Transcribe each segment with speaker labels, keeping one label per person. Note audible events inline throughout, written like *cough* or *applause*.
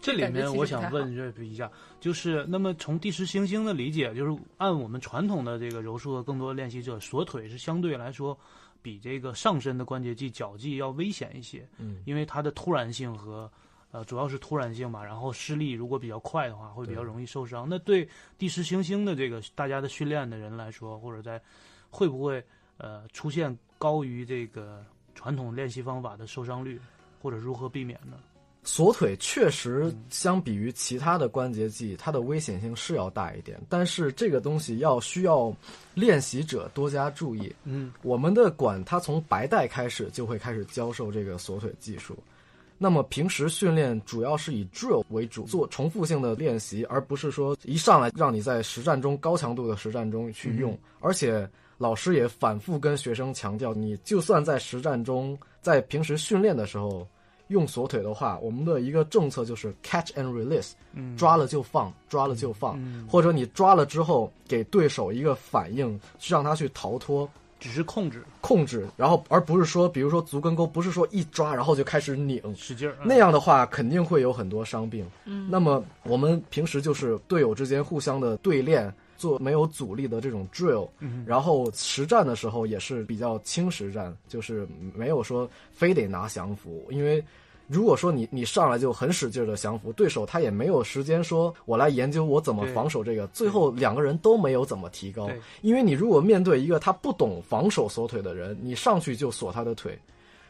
Speaker 1: 这里
Speaker 2: 感觉
Speaker 1: 面
Speaker 2: 其实
Speaker 1: 我
Speaker 2: 不太
Speaker 1: 想
Speaker 2: 好
Speaker 1: 问瑞比一下，就是那么从第十行星的理解，就是按我们传统的这个柔术的更多练习者，锁腿是相对来说比这个上身的关节技、脚技要危险一些，
Speaker 3: 嗯，
Speaker 1: 因为它的突然性和呃主要是突然性嘛，然后施力如果比较快的话，会比较
Speaker 3: 对
Speaker 1: 容易受伤。那对第十行星的这个大家的训练的人来说，或者在会不会呃出现高于这个传统练习方法的受伤率，或者如何避免呢？
Speaker 3: 锁腿确实相比于其他的关节技，它的危险性是要大一点，但是这个东西要需要练习者多加注意。
Speaker 1: 嗯
Speaker 3: 我们的馆它从白带开始就会开始教授这个锁腿技术。那么平时训练主要是以 drill 为主，做重复性的练习，而不是说一上来让你在实战中高强度的实战中去
Speaker 1: 嗯
Speaker 3: 用。而且老师也反复跟学生强调，你就算在实战中，在平时训练的时候用锁腿的话，我们的一个政策就是 catch and release，
Speaker 1: 嗯，
Speaker 3: 抓了就放，抓了就放，
Speaker 1: 嗯
Speaker 3: 或者你抓了之后给对手一个反应，让他去逃脱。
Speaker 1: 只是控制
Speaker 3: 控制，然后而不是说，比如说足跟沟，不是说一抓然后就开始拧，
Speaker 1: 使劲儿，嗯
Speaker 3: 那样的话肯定会有很多伤病。
Speaker 2: 嗯
Speaker 3: 那么我们平时就是队友之间互相的对练，做没有阻力的这种 drill，
Speaker 1: 嗯
Speaker 3: 然后实战的时候也是比较轻实战，就是没有说非得拿降服，因为。如果说你你上来就很使劲的降服对手，他也没有时间说我来研究我怎么
Speaker 1: 对
Speaker 3: 防守这个，最后两个人都没有怎么提高
Speaker 1: 对，
Speaker 3: 因为你如果面对一个他不懂防守锁腿的人，你上去就锁他的腿，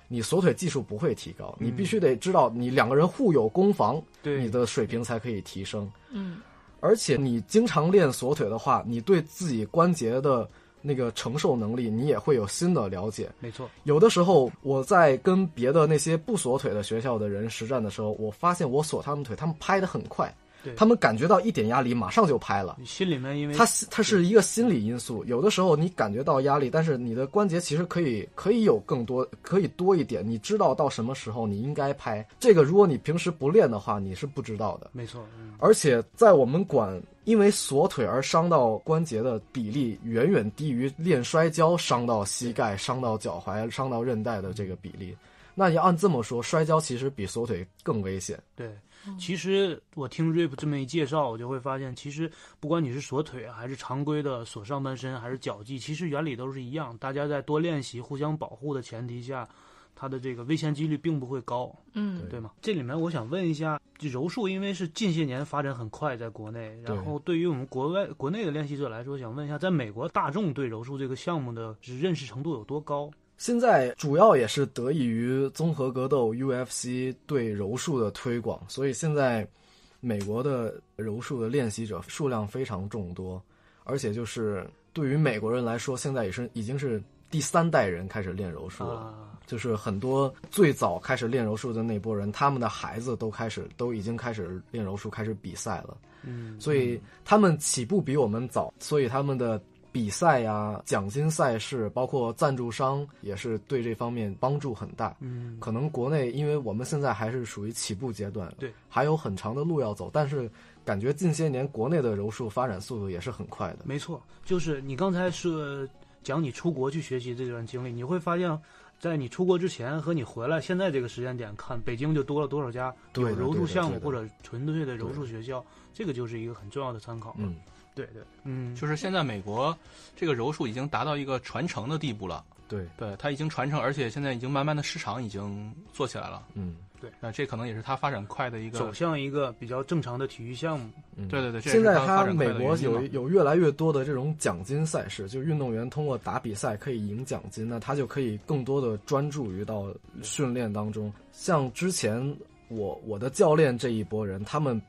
Speaker 3: 你锁腿技术不会提高，你必须得知道你两个人互有攻防，
Speaker 1: 对
Speaker 3: 你的水平才可以提升。
Speaker 2: 嗯，
Speaker 3: 而且你经常练锁腿的话，你对自己关节的那个承受能力，你也会有新的了解。
Speaker 1: 没错，
Speaker 3: 有的时候我在跟别的那些不锁腿的学校的人实战的时候，我发现我锁他们腿，他们拍得很快
Speaker 1: 对，
Speaker 3: 他们感觉到一点压力，马上就拍了。
Speaker 1: 你心里面因为
Speaker 3: 它是它是一个心理因素，有的时候你感觉到压力，但是你的关节其实可以可以有更多，可以多一点。你知道到什么时候你应该拍这个，如果你平时不练的话，你是不知道的。
Speaker 1: 没错，嗯
Speaker 3: 而且在我们馆，因为锁腿而伤到关节的比例远远低于练摔跤伤到膝盖、伤到脚踝、伤到韧带的这个比例。那你按这么说，摔跤其实比锁腿更危险。
Speaker 1: 对。
Speaker 2: 嗯
Speaker 1: 其实我听 Rip 这么一介绍，我就会发现，其实不管你是锁腿啊还是常规的锁上半身，还是脚技，其实原理都是一样。大家在多练习、互相保护的前提下，它的这个危险几率并不会高。
Speaker 2: 嗯
Speaker 3: 对
Speaker 1: 对吗？这里面我想问一下，就柔术因为是近些年发展很快，在国内，
Speaker 3: 对
Speaker 1: 然后对于我们国外国内的练习者来说，想问一下，在美国大众对柔术这个项目的认识程度有多高？
Speaker 3: 现在主要也是得益于综合格斗 UFC 对柔术的推广，所以现在美国的柔术的练习者数量非常众多，而且就是对于美国人来说，现在也是已经是第三代人开始练柔术了。
Speaker 1: 啊，
Speaker 3: 就是很多最早开始练柔术的那波人，他们的孩子都开始都已经开始练柔术，开始比赛了。
Speaker 1: 嗯，
Speaker 3: 所以他们起步比我们早，所以他们的比赛呀、奖金赛事，包括赞助商，也是对这方面帮助很大。
Speaker 1: 嗯，
Speaker 3: 可能国内，因为我们现在还是属于起步阶段，
Speaker 1: 对，
Speaker 3: 还有很长的路要走。但是感觉近些年国内的柔术发展速度也是很快的。
Speaker 1: 没错，就是你刚才是讲你出国去学习这段经历，你会发现。在你出国之前和你回来现在这个时间点看，北京就多了多少家
Speaker 3: 对
Speaker 1: 有
Speaker 3: 的
Speaker 1: 柔
Speaker 3: 对
Speaker 1: 术
Speaker 3: 的
Speaker 1: 项目
Speaker 3: 对的
Speaker 1: 或者纯粹的柔术学校，这个就是一个很重要的参考。
Speaker 3: 嗯，
Speaker 1: 对对，嗯，
Speaker 4: 就是现在美国这个柔术已经达到一个传承的地步了，
Speaker 3: 对，
Speaker 4: 对，它已经传承，而且现在已经慢慢的市场已经做起来了，
Speaker 3: 嗯。
Speaker 4: 那这可能也是它发展快的一个
Speaker 1: 走，向一个比较正常的体育项目。
Speaker 3: 嗯
Speaker 4: 对对对，这
Speaker 3: 现
Speaker 4: 也是
Speaker 3: 在
Speaker 4: 它发
Speaker 3: 它
Speaker 4: 展快
Speaker 3: 美
Speaker 4: 的
Speaker 3: 国
Speaker 4: 原因嘛
Speaker 3: 有有越来越多的这种奖金赛事，就运动员通过打比赛可以赢奖金，那他就可以更多的专注于到训练当中。像之前我我的教练这一波人，他们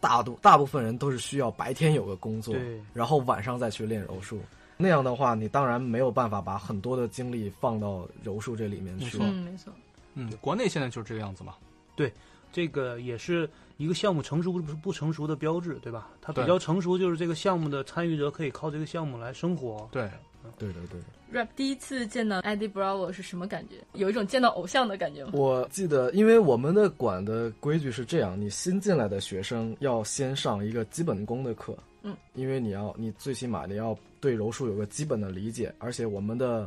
Speaker 3: 大多大部分人都是需要白天有个工作，
Speaker 1: 对
Speaker 3: 然后晚上再去练柔术。那样的话，你当然没有办法把很多的精力放到柔术这里面去。
Speaker 2: 嗯，没错，
Speaker 4: 嗯，国内现在就是这个样子嘛，
Speaker 1: 这个也是一个项目成熟不不成熟的标志，对吧？它比
Speaker 4: 对
Speaker 1: 较成熟，就是这个项目的参与者可以靠这个项目来生活。
Speaker 4: 对，
Speaker 3: 对对对。
Speaker 2: rap 第一次见到 Eddie Bravo 是什么感觉？有一种见到偶像的感 *laughs* 觉吗？
Speaker 3: 我记得，因为我们的馆的规矩是这样：你新进来的学生要先上一个基本功的课，
Speaker 2: 嗯，
Speaker 3: 因为你要，你最起码你要对柔术有个基本的理解，而且我们的。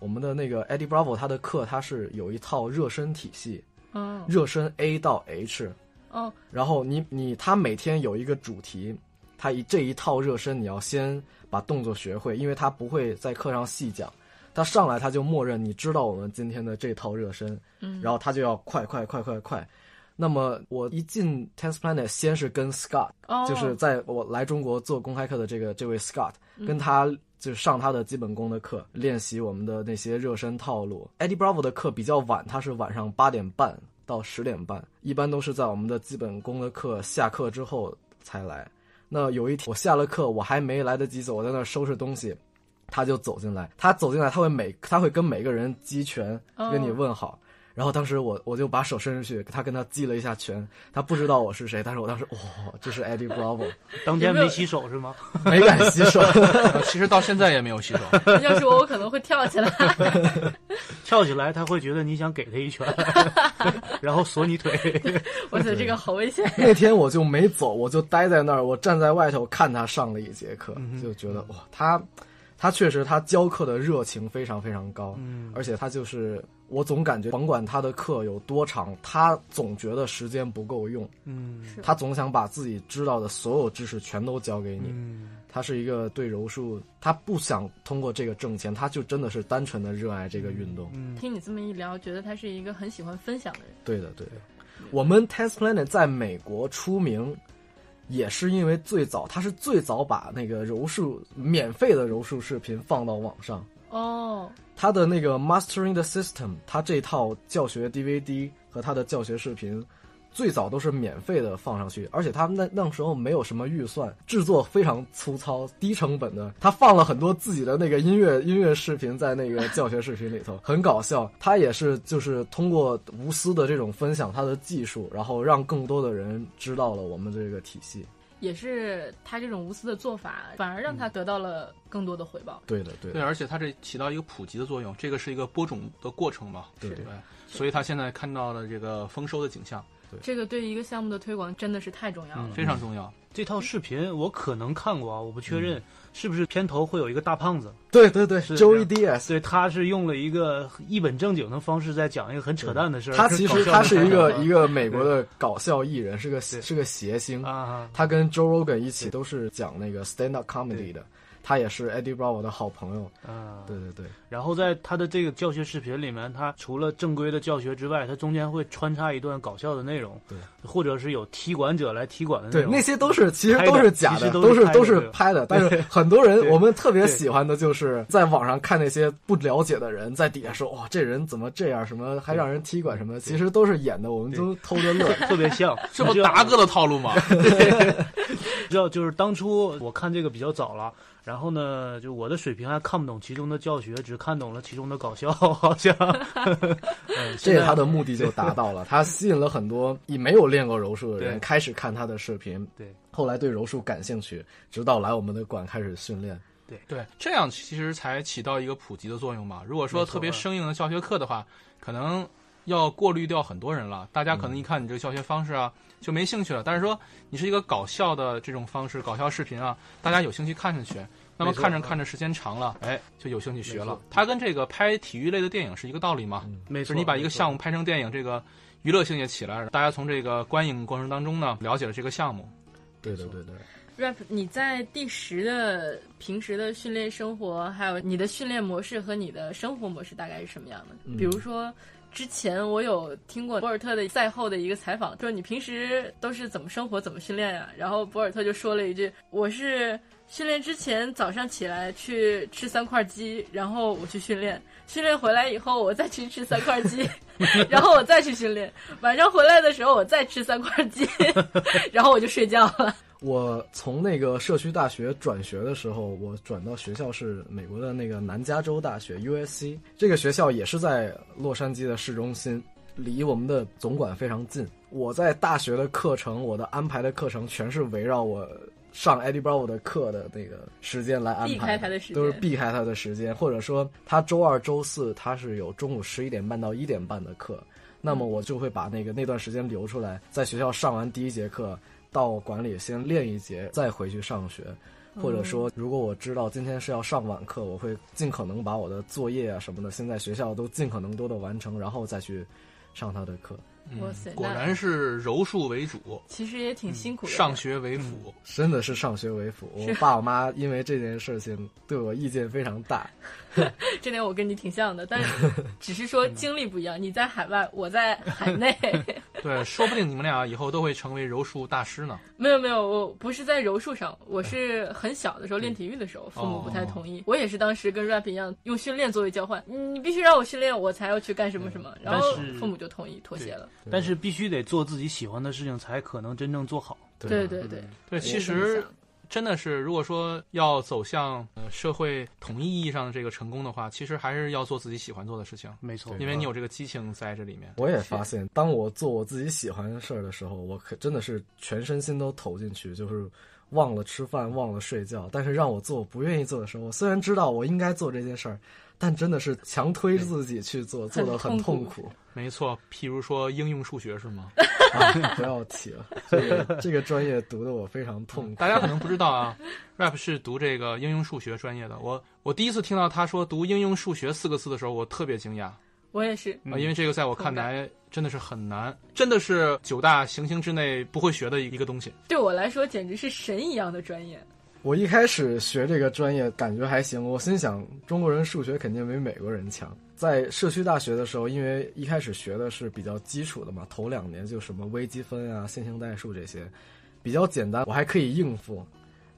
Speaker 3: 我们的那个 Eddie Bravo，他的课他是有一套热身体系，
Speaker 2: 嗯，
Speaker 3: 热身 A 到 H，
Speaker 2: 哦，
Speaker 3: 然后你你他每天有一个主题，他一这一套热身你要先把动作学会，因为他不会在课上细讲，他上来他就默认你知道我们今天的这套热身，
Speaker 2: 嗯，
Speaker 3: 然后他就要快快快快快。那么我一进 Tense Planet，先是跟 Scott，
Speaker 2: 哦，
Speaker 3: 就是在我来中国做公开课的这个这位 Scott，
Speaker 2: 嗯
Speaker 3: 跟他就上他的基本功的课，练习我们的那些热身套路。Eddie Bravo 的课比较晚，他是晚上八点半到十点半，一般都是在我们的基本功的课下课之后才来。那有一天我下了课，我还没来得及走，我在那儿收拾东西，他就走进来。他走进来，他会每他会跟每个人击拳，
Speaker 2: 哦
Speaker 3: 跟你问好。然后当时我我就把手伸出去，他跟他击了一下拳，他不知道我是谁，但是我当时哇、这是 Eddie Bravo，
Speaker 1: 当天没洗手是吗？
Speaker 3: 没敢洗手。
Speaker 4: 呃其实到现在也没有洗手。
Speaker 2: 要是我，我可能会跳
Speaker 3: *laughs*
Speaker 2: 起来。
Speaker 1: 跳起来他会觉得你想给他
Speaker 3: *laughs*
Speaker 1: 一拳，然后锁你腿。
Speaker 3: 嗯
Speaker 2: 我觉得这个好危险。
Speaker 3: *laughs* 那天我就没走，我就待在那儿，我站在外头看他上了一节课，
Speaker 1: 嗯
Speaker 3: 就觉得哇，他他确实他教课的热情非常非常高，
Speaker 1: 嗯
Speaker 3: 而且他就是我总感觉，甭管他的课有多长，他总觉得时间不够用，
Speaker 1: 嗯
Speaker 3: 他总想把自己知道的所有知识全都教给你。
Speaker 1: 嗯
Speaker 3: 他是一个对柔术，他不想通过这个挣钱，他就真的是单纯的热爱这个运动。
Speaker 1: 嗯，
Speaker 2: 听你这么一聊，觉得他是一个很喜欢分享的人。
Speaker 3: 对的，对的。我们 Tense Planet 在美国出名，也是因为最早，它是最早把那个柔术免费的柔术视频放到网上。
Speaker 2: 哦，
Speaker 3: 它的那个 Mastering the System，它这套教学 DVD 和它的教学视频，最早都是免费的放上去，而且他们那那时候没有什么预算，制作非常粗糙、低成本的。他放了很多自己的那个音乐音乐视频在那个教学视频里头，很搞笑。他也是就是通过无私的这种分享他的技术，然后让更多的人知道了我们这个体系。
Speaker 2: 也是他这种无私的做法，反而让
Speaker 3: 嗯
Speaker 2: 他得到了更多的回报。
Speaker 3: 对的，对
Speaker 4: 对，
Speaker 3: 的，
Speaker 4: 而且它这起到一个普及的作用，这个是一个播种的过程嘛，
Speaker 3: 对对
Speaker 4: 对。所以他现在看到了这个丰收的景象，
Speaker 2: 这个对于一个项目的推广真的是太重要了。
Speaker 4: 非常重要。
Speaker 1: 这套视频我可能看过啊，我不确
Speaker 3: 嗯
Speaker 1: 认是不是片头会有一个大胖子。
Speaker 3: 对对对
Speaker 1: 是
Speaker 3: ，Joey Diaz。
Speaker 1: 所以他是用了一个一本正经的方式在讲一个很扯淡的事儿。
Speaker 3: 他其
Speaker 1: 搞
Speaker 3: 实
Speaker 1: 笑
Speaker 3: 他
Speaker 1: 的
Speaker 3: 是
Speaker 1: 事
Speaker 3: 一个
Speaker 1: 儿
Speaker 3: 一个美国的搞笑艺人，是个是个谐星。
Speaker 1: 啊，
Speaker 3: 他跟 Joe Rogan 一起都是讲那个 stand up comedy 的，他也是 Eddie Bravo 的好朋友。
Speaker 1: 啊
Speaker 3: 对对对，
Speaker 1: 然后在他的这个教学视频里面，他除了正规的教学之外，他中间会穿插一段搞笑的内容，
Speaker 3: 对，
Speaker 1: 或者是有踢馆者来踢馆的
Speaker 3: 对
Speaker 1: 内容。
Speaker 3: 那些都是其实
Speaker 1: 拍的
Speaker 3: 都是假
Speaker 1: 其
Speaker 3: 的，
Speaker 1: 实
Speaker 3: 都
Speaker 1: 都
Speaker 3: 是
Speaker 1: 是
Speaker 3: 都是
Speaker 1: 拍的
Speaker 3: 拍的。但是很多人
Speaker 1: 对
Speaker 3: 我们特别
Speaker 1: 对
Speaker 3: 喜欢的就是在网上看那些不了解的人在底下说哇这人怎么这样，什么还让人踢馆什么的，其实都是演的，我们都偷着乐。
Speaker 1: *laughs* 特别像，
Speaker 4: *laughs* 这不达哥的套路吗？
Speaker 1: 知道，就是当初我看这个比较早了，然后呢，就我的水平还看不懂其中的教学，只看懂了其中的搞笑，好
Speaker 4: *laughs*
Speaker 1: 像。嗯，
Speaker 3: 这
Speaker 1: 现
Speaker 3: 个
Speaker 1: 在
Speaker 3: 他的目的就达到了，他吸引了很多以没有练过柔术的人
Speaker 1: 对
Speaker 3: 开始看他的视频，
Speaker 1: 对，
Speaker 3: 后来对柔术感兴趣，直到来我们的馆开始训练。
Speaker 4: 对，这样其实才起到一个普及的作用嘛。如果说
Speaker 1: 没错嗯
Speaker 4: 特别生硬的教学课的话，可能要过滤掉很多人了。大家可能
Speaker 1: 嗯
Speaker 4: 一看你这个教学方式啊，就没兴趣了。但是说你是一个搞笑的这种方式，搞笑视频啊，大家有兴趣看下去。那么
Speaker 1: 没错嗯
Speaker 4: 看着看着时间长了，哎，就有兴趣学
Speaker 1: 没
Speaker 4: 了
Speaker 1: 错。嗯
Speaker 4: 它跟这个拍体育类的电影是一个道理嘛，
Speaker 3: 嗯
Speaker 1: 没
Speaker 4: 就
Speaker 1: 错，
Speaker 4: 是你把一个项
Speaker 1: 目
Speaker 4: 目拍成电影，这个娱乐性也起来了。大家从这个观影过程当中呢，了解了这个项目。
Speaker 3: 对对对对。
Speaker 2: rap，你在第十的平时的训练生活，还有你的训练模式和你的生活模式大概是什么样的？比如说。之前我有听过博尔特的赛后的一个采访，说你平时都是怎么生活、怎么训练呀、然后博尔特就说了一句：“我是训练之前早上起来去吃三块鸡，然后我去训练，训练回来以后我再去吃三块鸡， *laughs* 然后我再去训练，晚上回来的时候我再吃三块鸡， *laughs* 然后我就睡觉了。
Speaker 3: 我从那个社区大学转学的时候，我转到学校是美国的那个南加州大学 USC，这个学校也是在洛杉矶的市中心，离我们的总馆非常近。我在大学的课程，我的安排的课程全是围绕我上 Eddie Bravo 的课的那个时间来安排，
Speaker 2: 避开他的时间
Speaker 3: 都是避开他的时间，或者说他周二、周四他是有中午十一点半到一点半的课，那么我就会把那个那段时间留出来，在学校上完第一节课，到馆里先练一节，再回去上学。
Speaker 1: 嗯
Speaker 3: 或者说，如果我知道今天是要上晚课，我会尽可能把我的作业啊什么的，先在学校都尽可能多的完成，然后再去上他的课。
Speaker 2: 哇塞，
Speaker 4: 嗯果
Speaker 2: 那
Speaker 4: 然是柔术为主，
Speaker 2: 其实也挺辛苦的。
Speaker 4: 上学为
Speaker 1: 嗯
Speaker 4: 辅。
Speaker 3: 真的是上学为辅。我爸我妈因为这件事情对我意见非常大，
Speaker 2: 这点我跟你挺像
Speaker 4: *laughs*
Speaker 2: 的，但是只是说经历不一样。你在海外，我在海
Speaker 4: *laughs*
Speaker 2: 内。
Speaker 4: 对，说不定你们俩以后都会成为柔术大师呢。
Speaker 2: 没有没有，我不是在柔术上，我是很小的时候练体育的时候，父母不太同
Speaker 4: 哦
Speaker 2: 意。我也是当时跟 rap 一样，用训练作为交换，你必须让我训练，我才要去干什么什么。然后
Speaker 1: 但是
Speaker 2: 父母就同意妥协了。
Speaker 1: 但是必须得做自己喜欢的事情，才可能真正做好。嗯
Speaker 2: 对
Speaker 3: 对啊
Speaker 2: 对对，
Speaker 4: 对，其实真的是，如果说要走向呃社会统一意义上的这个成功的话，其实还是要做自己喜欢做的事情，
Speaker 1: 没错
Speaker 3: 对，
Speaker 4: 因为你有这个激情在这里面。
Speaker 3: 我也发现，当我做我自己喜欢的事儿的时候，我可真的是全身心都投进去，就是忘了吃饭，忘了睡觉。但是让我做我不愿意做的时候，我虽然知道我应该做这件事儿，但真的是强推自己去做，做的很痛苦。
Speaker 4: 没错，譬如说应用数学是 *laughs* 吗？
Speaker 3: 啊、不要提了，这个这个专业读的我非常痛苦。
Speaker 4: 大家可能不知道啊，rap 是读这个应用数学专业的。我我第一次听到他说读应用数学四个字的时候，我特别惊讶啊、
Speaker 2: 我也是。
Speaker 1: 嗯
Speaker 4: 因为这个在我看来真的是很难，真的是九大行星之内不会学的一个东西。
Speaker 2: 对我来说简直是神一样的专业。
Speaker 3: 我一开始学这个专业感觉还行，我心想中国人数学肯定没美国人强。在社区大学的时候，因为一开始学的是比较基础的嘛，头两年就什么微积分啊、线性代数这些，比较简单，我还可以应付。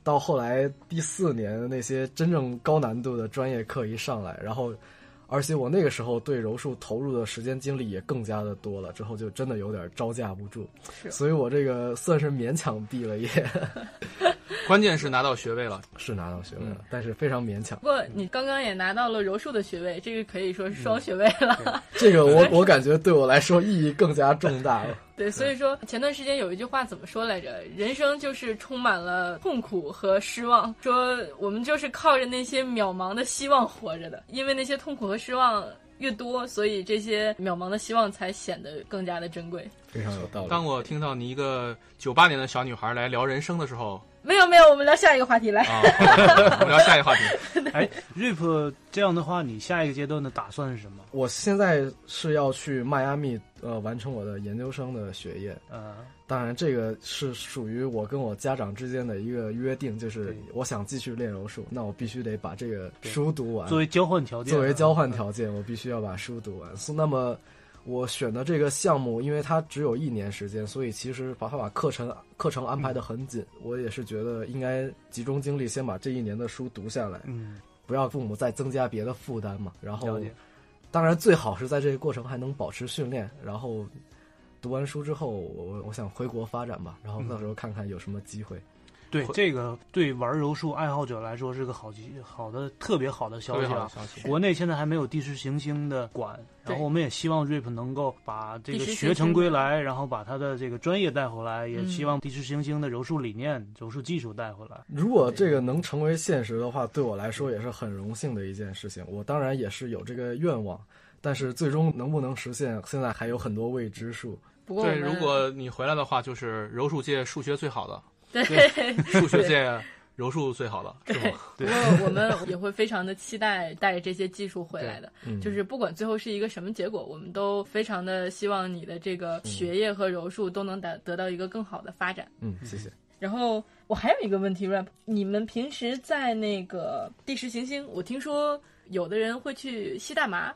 Speaker 3: 到后来第四年那些真正高难度的专业课一上来，然后，而且我那个时候对柔术投入的时间精力也更加的多了，之后就真的有点招架不住，
Speaker 2: 是
Speaker 3: 所以我这个算是勉强毕了业，
Speaker 4: 关键是拿到学位了，
Speaker 3: 是拿到学位了，
Speaker 4: 嗯
Speaker 3: 但是非常勉强
Speaker 2: 不。过你刚刚也拿到了柔术的学位，这个可以说是
Speaker 4: 嗯
Speaker 2: 双学位了。
Speaker 3: 这个
Speaker 4: *laughs*
Speaker 3: 我我感觉对我来说意义更加重大了。
Speaker 2: 对，所以说前段时间有一句话怎么说来着？人生就是充满了痛苦和失望。说我们就是靠着那些渺茫的希望活着的，因为那些痛苦和失望越多，所以这些渺茫的希望才显得更加的珍贵。
Speaker 3: 非常有道
Speaker 4: 当我听到你一个九八年的小女孩来聊人生的时候，
Speaker 2: 没有没有，我们聊下一个话题来。
Speaker 4: 啊，我们聊下一个话题。
Speaker 1: 哎，Rip 这样的话，你下一个阶段的打算是什么？
Speaker 3: 我现在是要去迈阿密，呃，完成我的研究生的学业。
Speaker 1: 呃，
Speaker 3: 当然，这个是属于我跟我家长之间的一个约定，就是
Speaker 1: 对
Speaker 3: 我想继续练柔术，那我必须得把这个书读完。
Speaker 1: 作为交换条件，啊
Speaker 3: 作为交换条件，我必须要把书读完。所以那么我选的这个项目，因为它只有一年时间，所以其实把它把课程课程安排的很紧。我也是觉得应该集中精力，先把这一年的书读下来，
Speaker 1: 嗯，
Speaker 3: 不要父母再增加别的负担嘛。然
Speaker 1: 了
Speaker 3: 后，
Speaker 1: 解，
Speaker 3: 当然最好是在这个过程还能保持训练，然后。读完书之后，我我我想回国发展吧，然后到时候看看有什么机会。
Speaker 1: 对
Speaker 4: 会
Speaker 1: 这个对玩柔术爱好者来说是个好机好的特别好的
Speaker 4: 特
Speaker 1: 消
Speaker 4: 别
Speaker 1: 息
Speaker 4: 好的
Speaker 1: 啊。
Speaker 4: 消息，
Speaker 1: 国内现在还没有地市行星的馆，
Speaker 2: 对
Speaker 1: 然后我们也希望 Rip 能够把这
Speaker 2: 地
Speaker 1: 个
Speaker 2: 市行
Speaker 1: 学成归来，然后把他的这个专业带回来，也
Speaker 2: 嗯
Speaker 1: 希望地市行星的柔术理念、柔术技术带回
Speaker 2: *laughs*
Speaker 1: 来。
Speaker 3: 如果这个能成为现实的话，对我来说也是很荣幸的一件事情。我当然也是有这个愿望，但是最终能不能实现，现在还有很多未知数。
Speaker 2: 不过我
Speaker 4: 对，
Speaker 2: 们
Speaker 4: 如果你回来的话，就是柔术界数学最好的，
Speaker 2: 对。
Speaker 4: 数学界柔术最好的，是
Speaker 2: 对
Speaker 4: 吗？，
Speaker 2: 不过我们也会非常的期待带着这些技术回来的，
Speaker 3: 嗯
Speaker 2: 就是不管最后是一个什么结果，我们都非常的希望你的这个学业和柔术都能达得到一个更好的发展。
Speaker 3: 嗯，谢谢。
Speaker 2: 然后我还有一个问题，rap，你们平时在那个第十行星，我听说有的人会去吸大麻，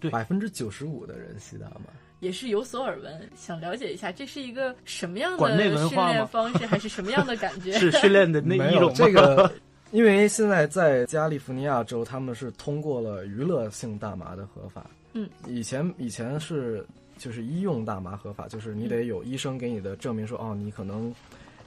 Speaker 1: 对
Speaker 3: 百分之九十五的人吸大麻，
Speaker 2: 也是有所耳闻，想了解一下这是一个什么样
Speaker 1: 管
Speaker 2: 的
Speaker 1: 内文
Speaker 2: 训
Speaker 1: 化吗
Speaker 2: 练方式，还是什么样的感觉？
Speaker 1: 是训练的那
Speaker 3: 没
Speaker 1: 一种
Speaker 3: 有
Speaker 1: 吗
Speaker 3: 这个，因为现在在加利福尼亚州，他们是通过了娱乐性大麻的合法。
Speaker 2: 嗯，
Speaker 3: 以前以前是就是医用大麻合法，就是
Speaker 2: 嗯
Speaker 3: 你得有医生给你的证明说，哦，你可能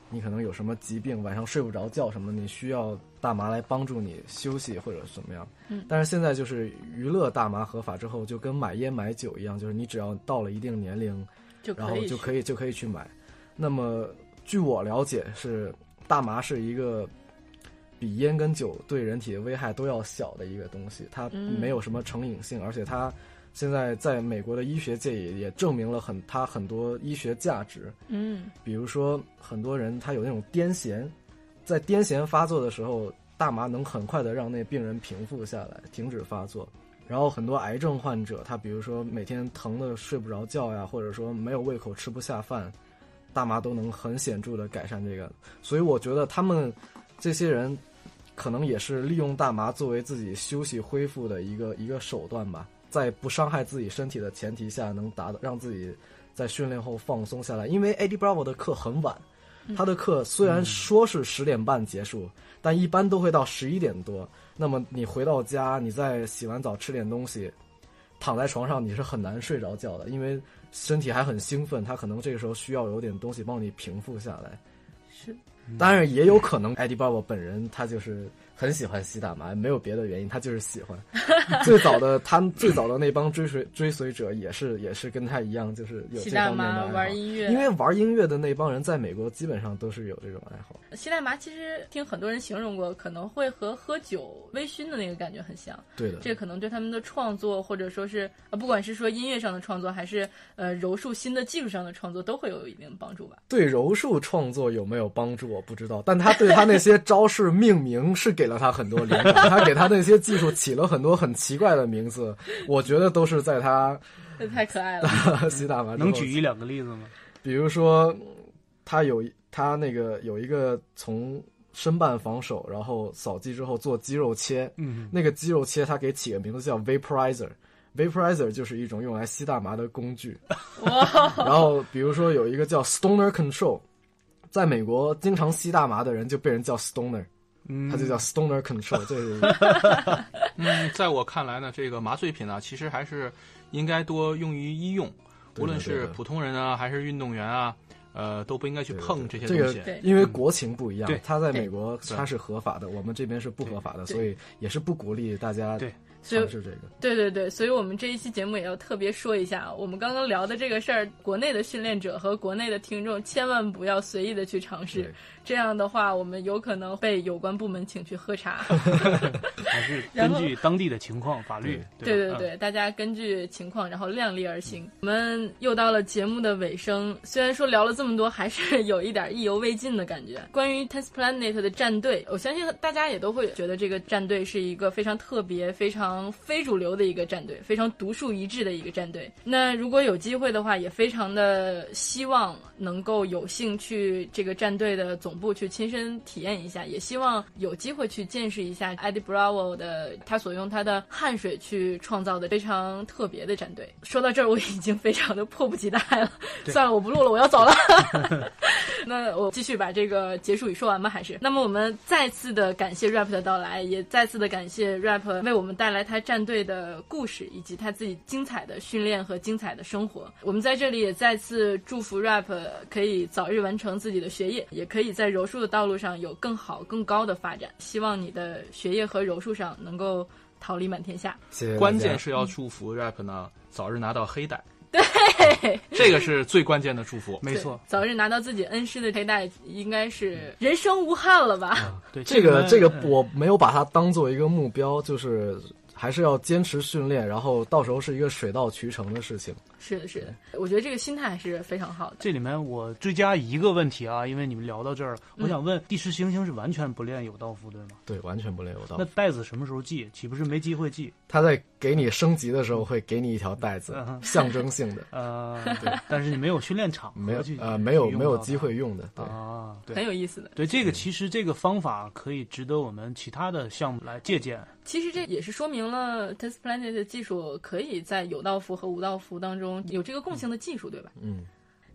Speaker 3: 你可能有什么疾病，晚上睡不着觉什么的，你需要大麻来帮助你休息或者怎么样。
Speaker 2: 嗯
Speaker 3: 但是现在就是娱乐大麻合法之后，就跟买烟买酒一样，就是你只要到了一定年龄，
Speaker 2: *laughs* 就
Speaker 3: 然
Speaker 2: 可
Speaker 3: 后
Speaker 2: 以
Speaker 3: 就
Speaker 2: 去
Speaker 3: 可以就可以去买。那么据我了解是，大麻是一个比烟跟酒对人体的危害都要小的一个东西，它
Speaker 2: 嗯
Speaker 3: 没有什么成瘾性，而且它现在在美国的医学界也也证明了很它很多医学价值，
Speaker 2: 嗯，
Speaker 3: 比如说很多人他有那种癫痫，在癫痫发作的时候。大麻能很快的让那病人平复下来，停止发作。然后很多癌症患者，他比如说每天疼的睡不着觉呀，或者说没有胃口吃不下饭，大麻都能很显著的改善这个。所以我觉得他们这些人可能也是利用大麻作为自己休息恢复的一个一个手段吧，在不伤害自己身体的前提下，能达到让自己在训练后放松下来。因为 AD Bravo 的课很晚，他的课虽然说是十点半结束，但一般都会到十一点多。那么你回到家，你再洗完澡吃点东西，躺在床上你是很难睡着觉的，因为身体还很兴奋，他可能这个时候需要有点东西帮你平复下来。
Speaker 2: 是，
Speaker 3: 当然也有可能艾迪爸爸本人他就是很喜欢吸大麻，没有别的原因，他就是
Speaker 2: *laughs*
Speaker 3: 喜欢。最早的他最早的那帮追随追随者也是也是跟他一样，就是有
Speaker 2: 吸
Speaker 3: 这
Speaker 2: 大
Speaker 3: 方面的
Speaker 2: 麻、
Speaker 3: 爱好。
Speaker 2: 玩音乐，
Speaker 3: 因为玩音乐的那帮人在美国基本上都是有这种爱好。
Speaker 2: 吸大麻其实听很多人形容过，可能会和喝酒微醺的那个感觉很像。
Speaker 3: 对的，
Speaker 2: 这可能对他们的创作，或者说是呃，不管是说音乐上的创作，还是呃柔术新的技术上的创作，都会有一定的帮助吧。
Speaker 1: *laughs*
Speaker 3: 对柔术创作有没有帮助我不知道，但他对他那些招式命名是给了他很多灵感，他给他那些技术起了很多很奇怪的名字，我觉得都是在他 *laughs*
Speaker 2: 这太可爱了，
Speaker 1: *laughs*
Speaker 3: 吸大麻之后
Speaker 1: 能举一两个例子吗？
Speaker 3: 比如说，他有一他那个有一个从申办防守，然后扫击之后做肌肉切，
Speaker 1: 嗯，
Speaker 3: 那个肌肉切他给起个名字叫 vaporizer。Vaporizer 就是一种用来吸大麻的工具，然后比如说有一个叫 Stoner Control，在美国经常吸大麻的人就被人叫 Stoner，
Speaker 1: 嗯
Speaker 3: 他就叫 Stoner Control，这是一个
Speaker 2: *laughs*
Speaker 4: 嗯，在我看来呢，这个麻醉品啊，其实还是应该多用于医用，
Speaker 3: 对的
Speaker 4: 无论
Speaker 3: 对
Speaker 4: 是
Speaker 3: 的
Speaker 4: 普通人啊，还是运动员啊，呃，都不应该去碰这些
Speaker 3: 这
Speaker 4: 东
Speaker 3: 个
Speaker 4: 西。
Speaker 2: 对
Speaker 3: 因为国情不一样
Speaker 1: 对，
Speaker 3: 他在
Speaker 2: 对
Speaker 3: 美国他是合法的，我们这边是不合法的，
Speaker 2: 对
Speaker 3: 所以也是不鼓励大家
Speaker 1: 对
Speaker 2: 所以
Speaker 3: 尝试这个。
Speaker 2: 对对对，所以我们这一期节目也要特别说一下，我们刚刚聊的这个事儿，国内的训练者和国内的听众千万不要随意的去尝试
Speaker 3: 对，
Speaker 2: 这样的话，我们有可能被有关部门请去喝茶。
Speaker 1: 还是
Speaker 2: 然
Speaker 1: 根
Speaker 2: 后
Speaker 1: 据当地的情况、法律，
Speaker 2: 对
Speaker 1: 对
Speaker 2: 对
Speaker 1: 吧嗯
Speaker 2: 对，大家根据情况，然后量力而行。我们又到了节目的尾声，虽然说聊了这么多，还是有一点意犹未尽的感觉。关于 Test Planet 的战队，我相信大家也都会觉得这个战队是一个非常特别、非常非主流的一个战队，非常独树一帜的一个战队。那如果有机会的话，也非常的希望能够有幸去这个战队的总部去亲身体验一下，也希望有机会去见识一下 Eddie Bravo 的他所用他的汗水去创造的非常特别的战队。说到这儿，我已经非常的迫不及待了。算了，我不录了，我要走了。那我继续把这个结束语说完吧，还是？那么我们再次的感谢 rap 的到来，也再次的感谢 rap 为我们带来他战队的故事，以及他自己精彩的训练和精彩的生活。我们在这里也再次祝福 rap 可以早日完成自己的学业，也可以在柔术的道路上有更好、更高的发展。希望你的学业和柔术上能够桃李满天下。
Speaker 3: 谢谢大家。
Speaker 4: 关键是要祝福 rap 呢早日拿到黑带。对，这个是最关键的祝福。
Speaker 1: 没
Speaker 2: 对
Speaker 1: 错，，
Speaker 2: 早日拿到自己恩师的黑带，应该是人生无憾了吧？ *laughs*
Speaker 1: 对
Speaker 3: 啊这个这个
Speaker 1: 嗯
Speaker 3: 我没有把它当做一个目标，就是还是要坚持训练，然后到时候是一个水到渠成的事情。
Speaker 2: 是的，
Speaker 1: 嗯
Speaker 2: 是的，我觉得这个心态还是非常好的。
Speaker 1: 这里面我追加一个问题啊，因为你们聊到这儿了，
Speaker 2: 嗯
Speaker 1: 我想问，第十行星是完全不练有道夫对吗？
Speaker 3: 对，完全不累有道
Speaker 2: 嗯
Speaker 1: 那。带子什么时候系？岂不是没机会系？
Speaker 3: 他在给你升级的时候会给你一条带子
Speaker 1: 嗯，哼
Speaker 3: 象征性
Speaker 1: *laughs*
Speaker 3: 的，
Speaker 1: 呃，对，但是你没有训练场合
Speaker 3: 没有
Speaker 1: 去
Speaker 3: 呃没有
Speaker 1: 去用
Speaker 3: 没有
Speaker 1: 到
Speaker 3: 机会用的。
Speaker 1: 它
Speaker 3: 对，
Speaker 1: 啊，
Speaker 2: 很
Speaker 1: 对。
Speaker 2: 有意思的。
Speaker 1: 对这个，其实这个方法可以值得我们其他的项目来借鉴。
Speaker 2: 其实这也是说明了 Test Planet 的技术可以在有道服和无道服当中有这个共性的技术，对吧？
Speaker 3: 嗯，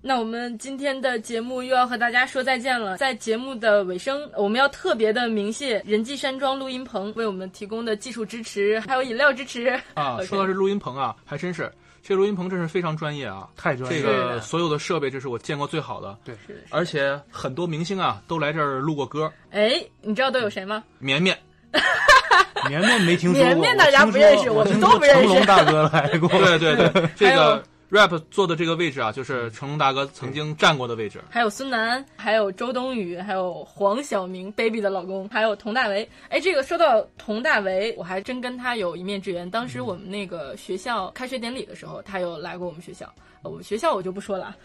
Speaker 2: 那我们今天的节目又要和大家说再见了。在节目的尾声，我们要特别的鸣谢人际山庄录音棚为我们提供的技术支持，还有饮料支持。
Speaker 4: 啊，
Speaker 2: OK
Speaker 4: 说到这录音棚啊，还真是这录音棚真是非常专业啊。
Speaker 1: 太专业
Speaker 4: 这
Speaker 1: 了，
Speaker 2: 是的
Speaker 4: 个所有的设备，这是我见过最好的，
Speaker 2: 是的，是的
Speaker 4: 而且很多明星啊都来这儿录过歌。
Speaker 2: 哎，你知道都有谁吗？
Speaker 4: 绵绵，
Speaker 1: 绵绵没听说过，
Speaker 2: *laughs* 绵绵大家不认识
Speaker 1: 我
Speaker 2: 我们
Speaker 1: 听
Speaker 2: 都
Speaker 1: 说
Speaker 2: 不认识
Speaker 3: *laughs*
Speaker 1: 成龙大哥来过，
Speaker 4: *laughs* 对对对，这
Speaker 2: 还有
Speaker 4: 个 rap 坐的这个位置啊，就是成龙大哥曾经站过的位置。
Speaker 2: 还有孙楠，还有周冬雨，还有黄晓明 baby 的老公，还有佟大为。哎，这个说到佟大为，我还真跟他有一面之缘。当时我们那个学校开学典礼的时候，他有来过我们学校。呃我们学校我就不说了，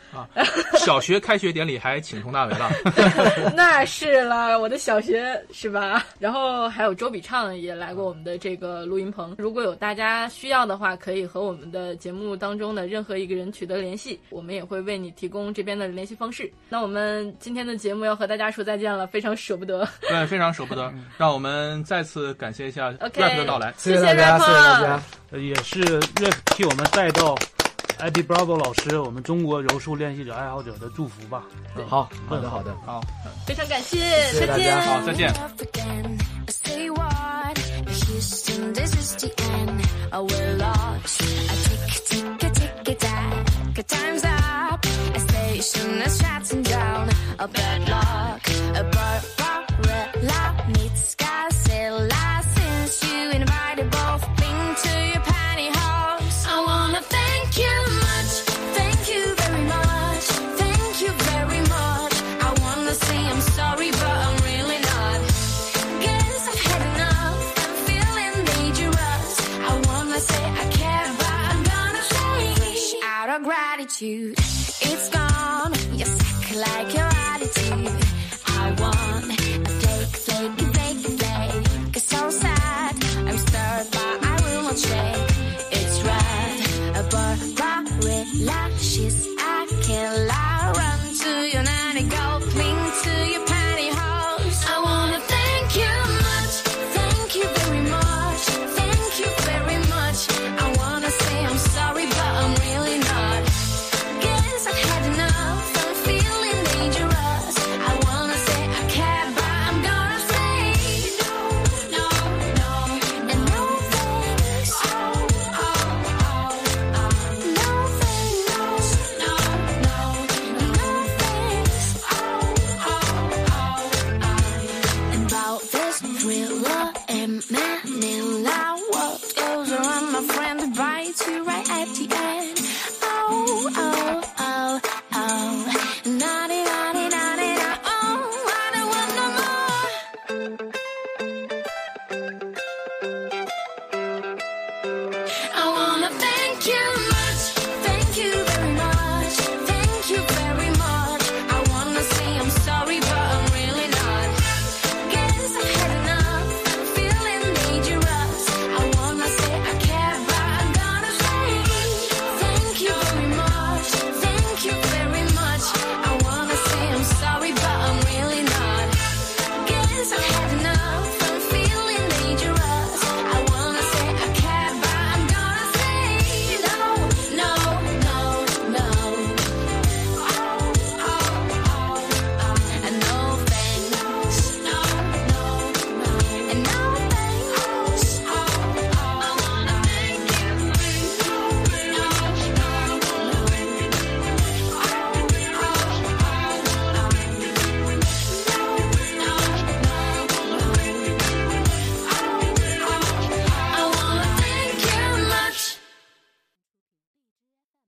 Speaker 4: 小学开学典礼还请佟大为了，
Speaker 2: *laughs* 那是啦，我的小学是吧？ *laughs* 然后还有周笔畅也来过我们的这个录音棚。如果有大家需要的话，可以和我们的节目当中的任何一个人取得联系，我们也会为你提供这边的联系方式。那我们今天的节目要和大家说再见了，非常舍不得。
Speaker 4: 对，非常舍不得。让我们再次感谢一下
Speaker 2: OK
Speaker 4: rap 的到来。
Speaker 3: 谢谢大家，
Speaker 2: 谢
Speaker 3: 谢
Speaker 2: 谢
Speaker 3: 谢大
Speaker 2: Rapper
Speaker 3: 家，
Speaker 1: 呃也是 Rick 替我们带到 Eddie Bravo 老师，我们中国柔术练习者爱好者的祝福吧。
Speaker 3: 好，好的，好的。
Speaker 4: 好，
Speaker 2: 非常感谢，
Speaker 3: 谢
Speaker 2: 再
Speaker 3: 谢大
Speaker 2: 见
Speaker 3: 家。
Speaker 4: 好，再见。
Speaker 5: Up again. I say what? Houston, this is the end. Oh, we're lost. I tick, tick, tick, tick, tack. Time's up. A station is shutting down. A bad luck. A barbara love meets Godzilla. Since you invited both Bing to your pantyhose. I wanna thank you much. Thank you very much. Thank you very much. I wanna say I'm sorry, but I'm really not. Guess I've had enough. I'm feeling dangerous. I wanna say I care, but I'm gonna finish out of gratitude. It's gone. You suck like your attitude. I want a fake, fake, fake, fake. It's so sad. I'm stirred, but I will not shake. It's red. A barbarilla. She's a killer. Run to your nanny. Go cling to your pantyhose. I wanna thank you much. Thank you very much. Thank you very much. I wanna say I'm sorry, but I'm really not. Guess I've had enough. I'm feeling dangerous. I wanna say I care, but I'm gonna say no, no, no, and no thanks. Oh, oh, oh, oh, no thanks. No, no, no thanks. Oh, oh, oh, oh. And about this thriller in my name. Oh, Oh,